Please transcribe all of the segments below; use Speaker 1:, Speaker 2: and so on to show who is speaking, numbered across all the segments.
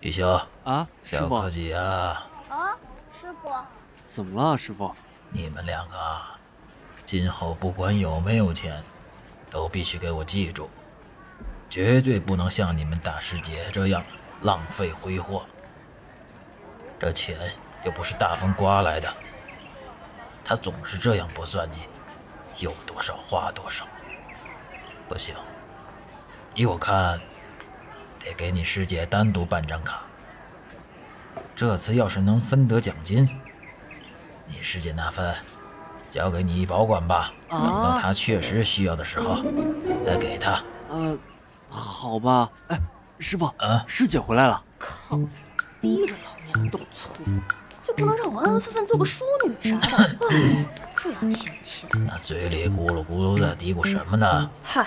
Speaker 1: 一休，
Speaker 2: 啊，师
Speaker 1: 小
Speaker 2: 傅
Speaker 1: 柯，基啊，
Speaker 3: 哦，师傅，
Speaker 2: 怎么了，师傅？
Speaker 1: 你们两个啊，今后不管有没有钱，都必须给我记住，绝对不能像你们大师姐这样浪费挥霍。这钱又不是大风刮来的，他总是这样不算计，有多少花多少。不行，依我看，得给你师姐单独办张卡。这次要是能分得奖金，你师姐那份交给你保管吧，等到
Speaker 2: 啊，
Speaker 1: 她确实需要的时候再给她。
Speaker 2: 呃，好吧，哎，师傅，
Speaker 1: 啊，
Speaker 2: 师姐回来了。
Speaker 4: 逼着老娘动粗，就不能让我安安分分做个淑女啥 的？哎，这样天天……
Speaker 1: 那嘴里咕噜咕噜的嘀咕什么呢？
Speaker 4: 嗨，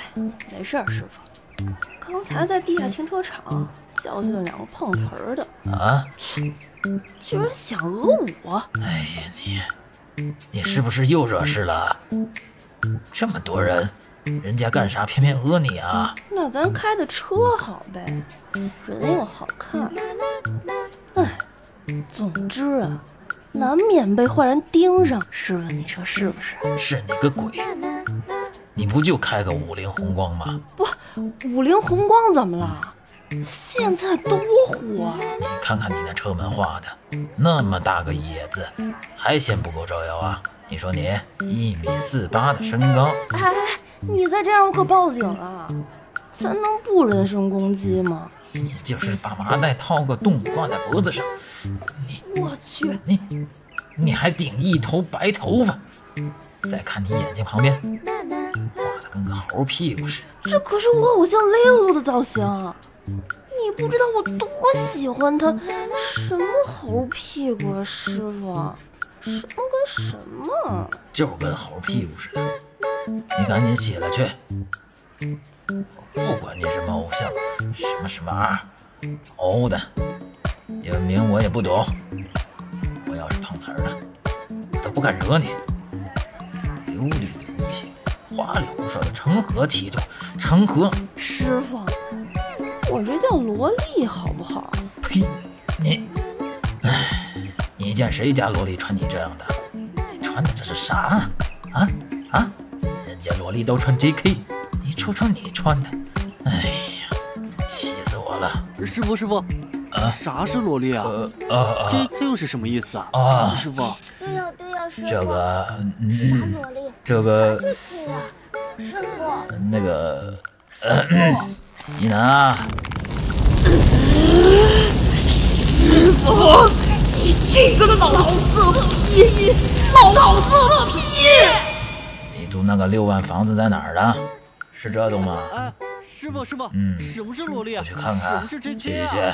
Speaker 4: 没事儿，师傅。刚才在地下停车场教训了两个碰瓷儿的，
Speaker 1: 啊，
Speaker 4: 居然想讹我！
Speaker 1: 哎呀你，你是不是又惹事了？这么多人，人家干啥偏偏讹你啊？
Speaker 4: 那咱开的车好呗，人又好看。哎，总之啊，难免被坏人盯上。师傅，你说是不是？
Speaker 1: 是你个鬼！你不就开个五菱宏光吗？
Speaker 4: 五菱宏光怎么了？现在多火啊！
Speaker 1: 你看看你那车门画的，那么大个野字，还嫌不够招摇啊？你说你一米四八的身高，
Speaker 4: 哎，你再这样，我可报警了！咱能不人身攻击吗？
Speaker 1: 你就是把麻袋套个洞挂在脖子上，
Speaker 4: 我去，
Speaker 1: 你你还顶一头白头发，再看你眼睛旁边，画的跟个猴屁股似的。
Speaker 4: 这可是我偶像雷欧的造型啊！你不知道我多喜欢他，什么猴屁股啊，师傅，什么跟什么？
Speaker 1: 就是跟猴屁股似的。你赶紧起来去！我不管你什么偶像，什么什么二，欧的，有名我也不懂。我要是碰瓷儿的，都不敢惹你。流里流气、花里胡哨的成何体统？成何？
Speaker 4: 师傅，我这叫萝莉好不好？
Speaker 1: 呸！你，唉，你见谁家萝莉穿你这样的？你穿的这是啥啊？啊啊！人家萝莉都穿 JK，你瞅瞅你穿的，哎呀，气死我了！
Speaker 2: 师傅，师傅，啥是萝莉啊
Speaker 1: 嗯啊呃啊
Speaker 2: ？J K 又是什么意思啊？
Speaker 1: 啊！
Speaker 2: 师傅，
Speaker 3: 对呀、对呀、师傅，
Speaker 1: 这个，
Speaker 3: 啥
Speaker 1: 嗯，
Speaker 3: 萝莉？
Speaker 1: 这个，
Speaker 3: 这次呀、师傅，
Speaker 1: 那个， 呃，一楠啊，
Speaker 3: 这个老色批，老老色批！
Speaker 1: 你租那个六万房子在哪儿的？是这栋吗？
Speaker 2: 哎，师傅，师傅，
Speaker 1: 嗯
Speaker 2: 什么是萝莉啊？
Speaker 1: 我去看
Speaker 2: 什
Speaker 1: 看
Speaker 2: 么是 J
Speaker 1: 去
Speaker 2: K
Speaker 1: 去
Speaker 2: 啊？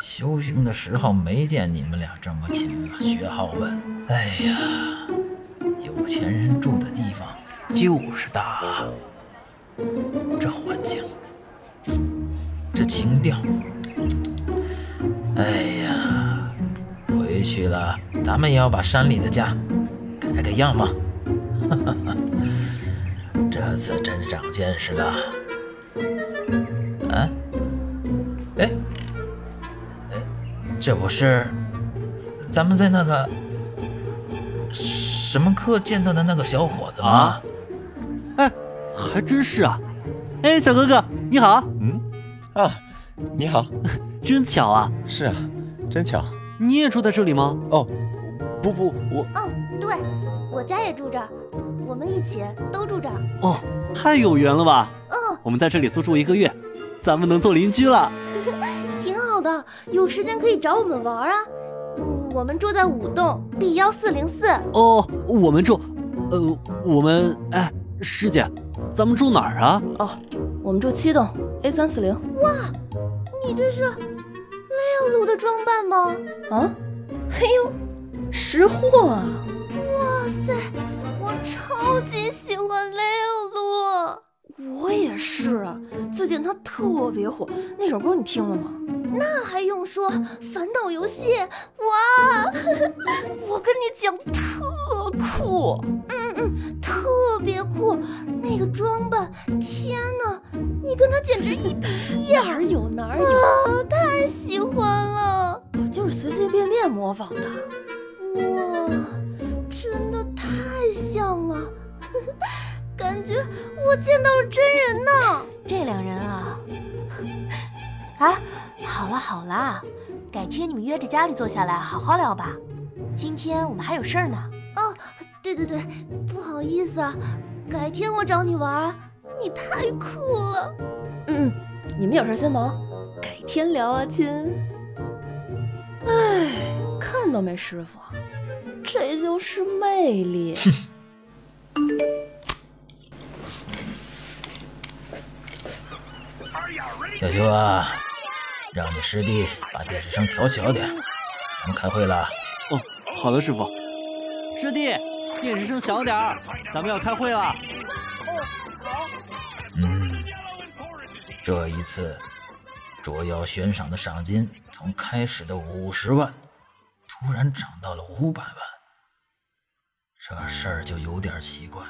Speaker 1: 去！修行的时候没见你们俩这么勤啊，学好问。哎呀，有钱人住的地方就是大，这环境，这情调。哎呀，回去了，咱们也要把山里的家改改样貌。哈哈哈， 这次真长见识了。哎，哎，哎，这不是咱们在那个什么课见到的那个小伙子吗？
Speaker 2: 啊哎，还真是啊！哎，小哥哥，你好，
Speaker 5: 啊，你好，
Speaker 2: 真巧啊！
Speaker 5: 是啊，真巧
Speaker 2: 你也住在这里吗？
Speaker 5: 哦。不不，我
Speaker 3: 哦，对，我家也住这儿，我们一起都住这儿。
Speaker 2: 哦，太有缘了吧！
Speaker 3: 嗯，
Speaker 2: 我们在这里租住一个月，咱们能做邻居了。
Speaker 3: 挺好的，有时间可以找我们玩啊。嗯，我们住在五栋 B 幺四零四。
Speaker 2: 哦，我们住，呃，我们哎，师姐，咱们住哪儿啊？
Speaker 4: 哦，我们住七栋 A 三四零
Speaker 3: 你这是雷欧鲁的装扮吗？
Speaker 4: 啊。嘿呦，识货啊！
Speaker 3: 哇塞，我超级喜欢雷欧鲁。
Speaker 4: 我也是啊，最近他特别火，那首歌你听了吗？
Speaker 3: 那还用说，烦恼游戏，哇， 我跟你讲，特酷，嗯嗯，特别酷，那个装扮，天哪，你跟他简直一比一
Speaker 4: 一，哪儿有哪儿有，
Speaker 3: 啊，太喜欢
Speaker 4: 模仿的。
Speaker 3: 哇，真的太像了， 感觉我见到了真人呢。
Speaker 4: 这两人啊，啊，好了好了，改天你们约着家里坐下来好好聊吧。今天我们还有事儿呢。
Speaker 3: 哦对对对，不好意思啊，改天我找你玩儿，你太酷了。
Speaker 4: 嗯，你们有事先忙，改天聊啊，亲。哎，看到没，师傅，啊这就是魅力。
Speaker 1: 小修啊，让你师弟把电视声调小点，咱们开会了。
Speaker 2: 哦，好的，师傅。师弟，电视声小点儿，咱们要开会了。
Speaker 1: 嗯，这一次捉妖悬赏的赏金从开始的五十万，突然涨到了五百万，这事儿就有点奇怪。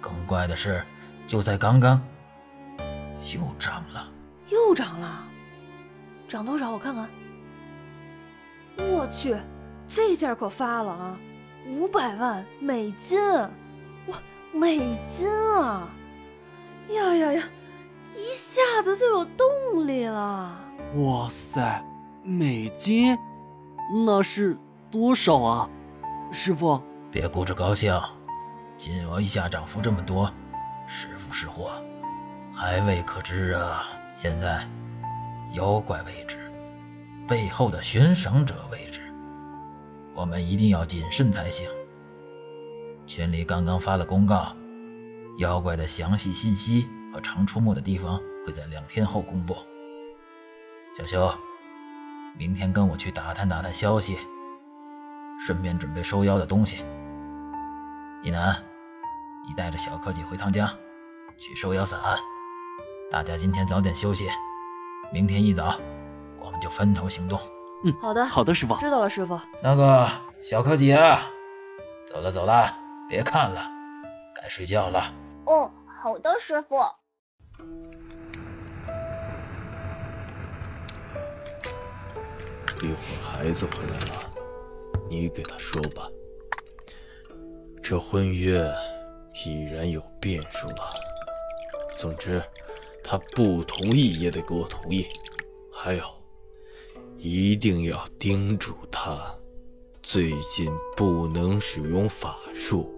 Speaker 1: 更怪的是，就在刚刚，又涨了。
Speaker 4: 又涨了，涨多少？我看看。我去，这下可发了啊！五百万美金，哇，美金啊！呀呀呀，一下子就有动力了。
Speaker 2: 哇塞，美金，那是多少啊？师傅，
Speaker 1: 别顾着高兴，金额一下涨幅这么多，是福是祸，还未可知啊。现在，妖怪未知，背后的悬赏者未知，我们一定要谨慎才行。群里刚刚发了公告，妖怪的详细信息和常出没的地方会在两天后公布。小修，明天跟我去打探打探消息，顺便准备收妖的东西。一南，你带着小科技回趟家，去收妖散案。大家今天早点休息，明天一早我们就分头行动。
Speaker 4: 好的，
Speaker 2: 好的，师傅。
Speaker 4: 知道了，师傅。
Speaker 1: 那个小柯姐，啊走了走了，别看了，该睡觉了。
Speaker 6: 哦，好的，师傅。
Speaker 7: 一会儿孩子回来了，你给他说吧，这婚约已然有变数了。总之，他不同意也得给我同意。还有，一定要叮嘱他，最近不能使用法术。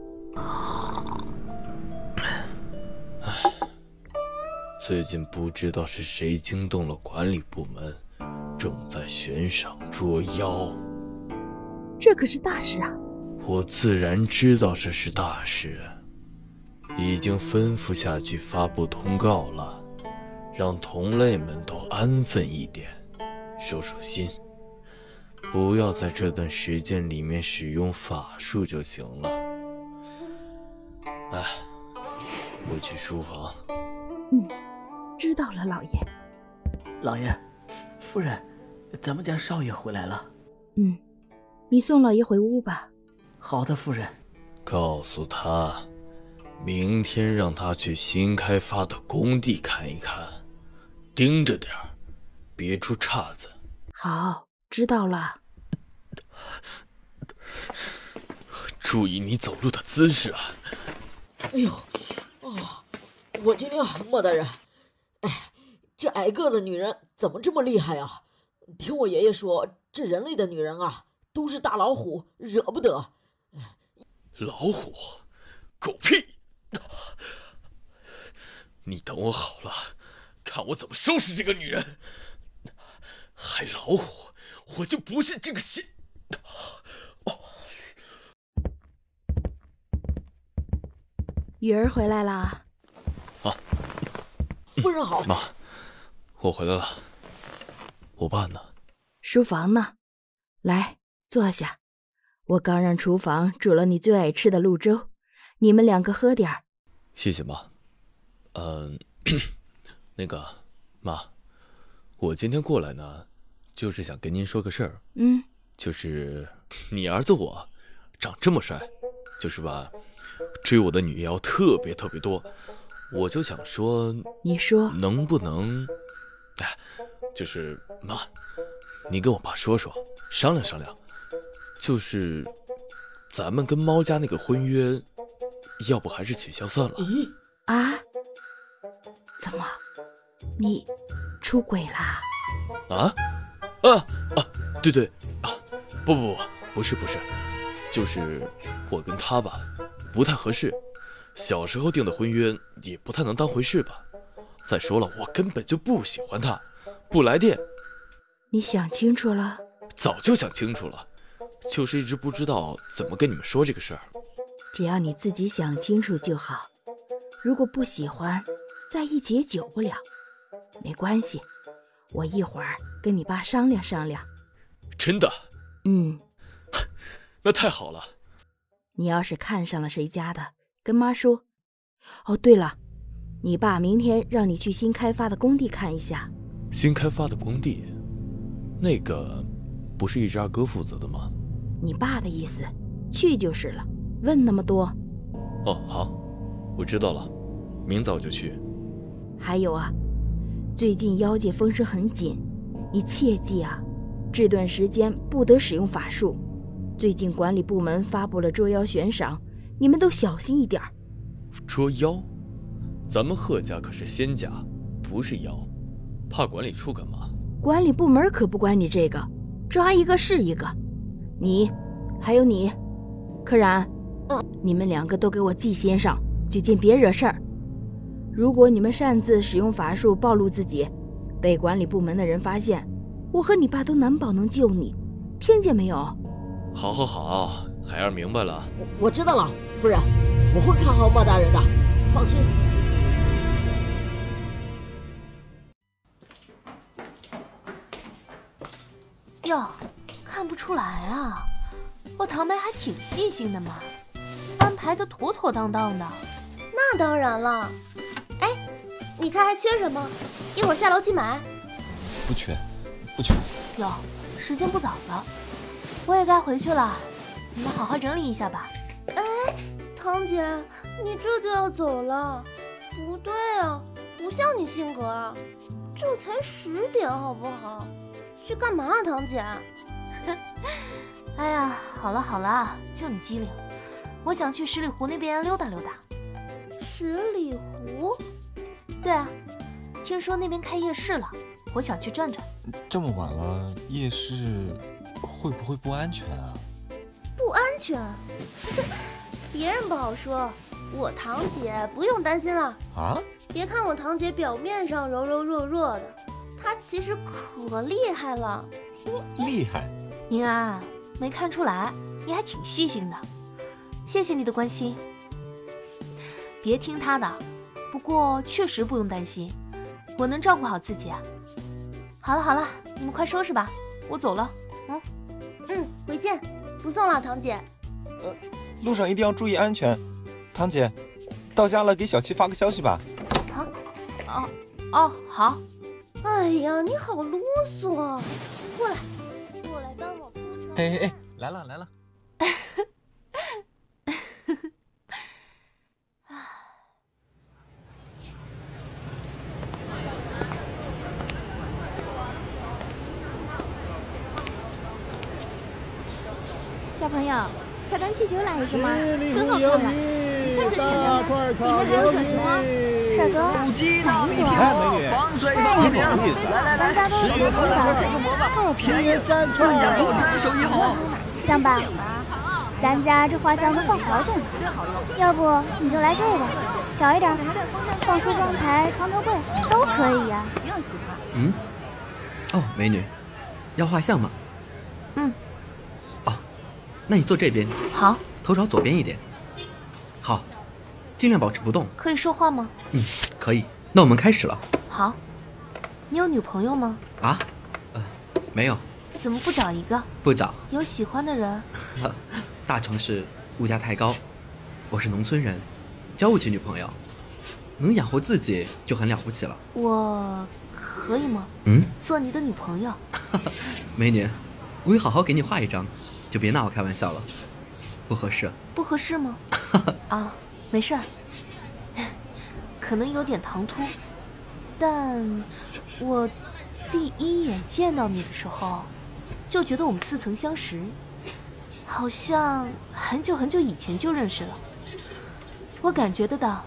Speaker 7: 唉，最近不知道是谁惊动了管理部门。正在悬赏捉妖，
Speaker 8: 这可是大事啊！
Speaker 7: 我自然知道这是大事，啊已经吩咐下去发布通告了，让同类们都安分一点，收收心，不要在这段时间里面使用法术就行了。哎，我去书房。
Speaker 8: 知道了，老爷。
Speaker 9: 老爷，夫人，咱们家少爷回来了。
Speaker 8: 嗯，你送老爷回屋吧。
Speaker 9: 好的，夫人。
Speaker 7: 告诉他，明天让他去新开发的工地看一看，盯着点儿，别出岔子。
Speaker 8: 好，知道了。
Speaker 7: 注意你走路的姿势啊！
Speaker 10: 哎呦，哦，我尽量，莫大人。哎，这矮个子女人怎么这么厉害啊？听我爷爷说，这人类的女人啊，都是大老虎，惹不得。
Speaker 7: 老虎，狗屁！你等我好了，看我怎么收拾这个女人！还老虎，我就不信这个邪！
Speaker 8: 雨儿回来啦，
Speaker 10: 夫人好，
Speaker 7: 妈，我回来了。我爸呢？
Speaker 8: 书房呢？来坐下。我刚让厨房煮了你最爱吃的露粥，你们两个喝点儿。
Speaker 7: 谢谢妈。嗯、 那个妈，我今天过来呢，就是想跟您说个事儿，
Speaker 8: 嗯，
Speaker 7: 就是你儿子我长这么帅，就是吧，追我的女妖特别特别多，我就想说，
Speaker 8: 你说
Speaker 7: 能不能，哎，就是妈，你跟我爸说说，商量商量，就是咱们跟猫家那个婚约，要不还是取消算了。
Speaker 10: 咦
Speaker 8: 啊？怎么，你出轨啦？
Speaker 7: 啊啊啊！对对啊，不不不，不是不是，就是我跟他吧，不太合适。小时候订的婚约也不太能当回事吧。再说了，我根本就不喜欢他，不来电。
Speaker 8: 你想清楚了？
Speaker 7: 早就想清楚了，就是一直不知道怎么跟你们说这个事儿。
Speaker 8: 只要你自己想清楚就好。如果不喜欢，在一起也久不了，没关系。我一会儿跟你爸商量商量。
Speaker 7: 真的？
Speaker 8: 嗯，
Speaker 7: 那太好了。
Speaker 8: 你要是看上了谁家的，跟妈说。哦，对了，你爸明天让你去新开发的工地看一下。
Speaker 7: 新开发的工地，那个不是一直二哥负责的吗？
Speaker 8: 你爸的意思，去就是了，问那么多。
Speaker 7: 哦，好，我知道了，明早就去。
Speaker 8: 还有啊，最近妖界风声很紧，你切记啊，这段时间不得使用法术。最近管理部门发布了捉妖悬赏，你们都小心一点儿。
Speaker 7: 捉妖？咱们贺家可是仙家，不是妖，怕管理处干嘛？
Speaker 8: 管理部门可不管你这个，抓一个是一个。你，还有你，柯然，
Speaker 10: 嗯，
Speaker 8: 你们两个都给我记心上，最近别惹事儿。如果你们擅自使用法术暴露自己，被管理部门的人发现，我和你爸都难保能救你，听见没有？
Speaker 7: 好，好，好，孩儿明白了。
Speaker 10: 我我知道了，夫人，我会看好莫大人的，放心。
Speaker 3: 哟，看不出来啊，我堂妹还挺细心的嘛，安排的妥妥当当的。那当然了，哎，你看还缺什么？一会儿下楼去买。
Speaker 5: 不缺，不缺。
Speaker 3: 哟，时间不早了，我也该回去了，你们好好整理一下吧。哎，堂姐，你这就要走了？不对啊，不像你性格啊。这才十点，好不好？去干嘛啊，堂姐？ 哎呀，好了好了，就你机灵。我想去十里湖那边溜达溜达。十里湖？对啊，听说那边开夜市了，我想去转转。
Speaker 5: 这么晚了，夜市会不会不安全啊？
Speaker 3: 不安全？ 别人不好说，我堂姐不用担心了。
Speaker 5: 啊？
Speaker 3: 别看我堂姐表面上柔柔弱弱的，她其实可厉害了。
Speaker 5: 厉害？
Speaker 3: 宁安，没看出来，你还挺细心的，谢谢你的关心。别听他的，不过确实不用担心，我能照顾好自己啊。好了好了，你们快收拾吧，我走了。嗯嗯，回见，不送了，堂姐。
Speaker 5: 路上一定要注意安全。堂姐，到家了给小七发个消息吧。
Speaker 3: 啊哦哦好。哎呀，你好啰嗦啊，过来，过来帮我铺床。
Speaker 5: 哎哎哎，来了来了。
Speaker 11: 小朋友，乔丹气球来一个吗？很好看了。你看这前面，里面还有小熊猫。帅哥，买一朵。
Speaker 12: 防水
Speaker 11: 哎，
Speaker 12: 瓶
Speaker 11: 咱们家都有个四百太便宜了，
Speaker 12: 真手艺好。
Speaker 11: 乡巴，咱家这花香都放好着呢，要不你就来这个，小一点，放梳妆台、床头柜都可以呀、
Speaker 12: 嗯，哦，美女，要画像吗？
Speaker 3: 嗯。
Speaker 12: 哦，那你坐这边。
Speaker 3: 好。
Speaker 12: 头朝左边一点。好，尽量保持不动。
Speaker 3: 可以说话吗？
Speaker 12: 嗯，可以。那我们开始了
Speaker 3: 好。你有女朋友吗？
Speaker 12: 啊？呃，没有，
Speaker 3: 怎么不找一个？
Speaker 12: 不早。
Speaker 3: 有喜欢的人？
Speaker 12: 大城市物价太高，我是农村人，交不起女朋友，能养活自己就很了不起了。
Speaker 3: 我可以吗？
Speaker 12: 嗯，
Speaker 3: 做你的女 朋友？
Speaker 12: 美女，我会好好给你画一张，就别拿我开玩笑了，不合适。
Speaker 3: 不合 适吗？啊，没事儿，可能有点唐突，但我第一眼见到你的时候，就觉得我们似曾相识，好像很久很久以前就认识了。我感觉得到，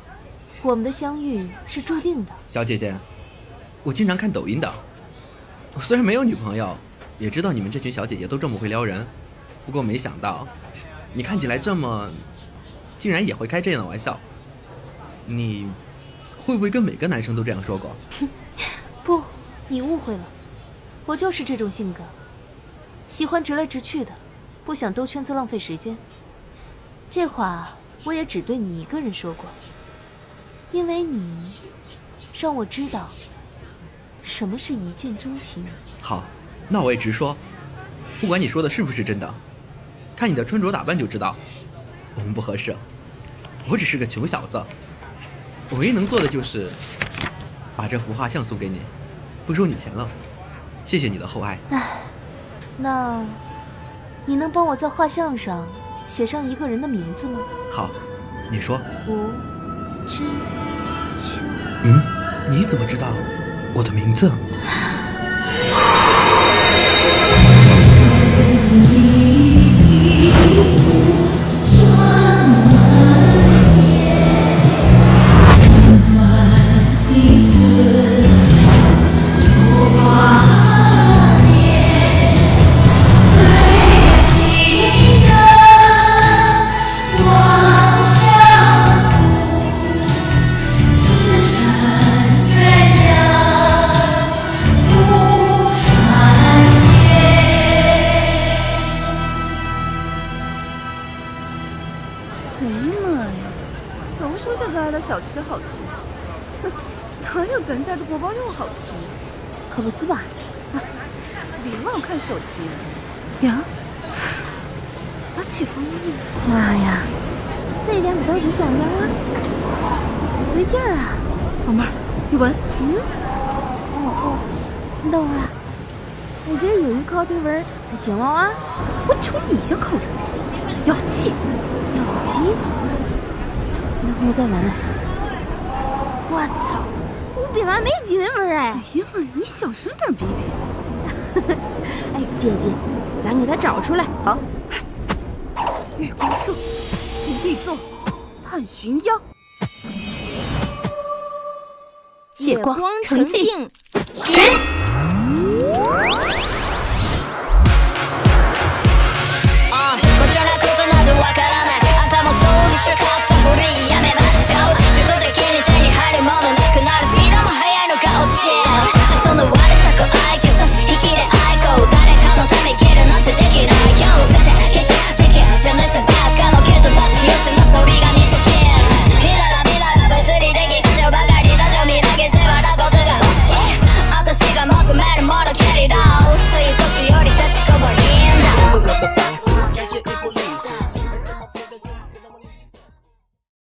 Speaker 3: 我们的相遇是注定的。
Speaker 10: 小姐姐，我经常看抖音的，我虽然没有女朋友，也知道你们这群小姐姐都这么会撩人，不过没想到，你看起来这么，竟然也会开这样的玩笑。你会不会跟每个男生都这样说过？
Speaker 3: 不，你误会了，我就是这种性格，喜欢直来直去的，不想兜圈子浪费时间。这话我也只对你一个人说过，因为你让我知道什么是一见钟情。
Speaker 10: 好，那我也直说，不管你说的是不是真的，看你的穿着打扮就知道，我们不合适。我只是个穷小子，我唯一能做的就是把这幅画像送给你，不收你钱了。谢谢你的厚爱。
Speaker 3: 唉，那你能帮我在画像上写上一个人的名字吗？
Speaker 10: 好，你说。
Speaker 3: 吴知秋。
Speaker 10: 嗯，你怎么知道我的名字？
Speaker 13: 哎呀妈呀，都说这旮旯的小吃好吃，哼哪有咱家的锅包肉好吃？
Speaker 8: 可不是吧？
Speaker 13: 啊别老看手机了，呀，咋起风了？
Speaker 8: 妈呀，这一点不到就三家了，不对劲儿啊！
Speaker 13: 老妹儿，你闻，
Speaker 8: 嗯，哦哦，你等会儿啊，你这有一口这味儿还行了啊？
Speaker 13: 我瞅你像口人，要气！
Speaker 8: 有机，哦那我再闻闻。我操，我比完没几那味儿哎！
Speaker 13: 哎呀妈，呀，你小声点儿，别
Speaker 8: 哎，姐姐，咱给他找出来。好，
Speaker 13: 月光树，平地座，探寻妖，
Speaker 8: 解光成镜，寻。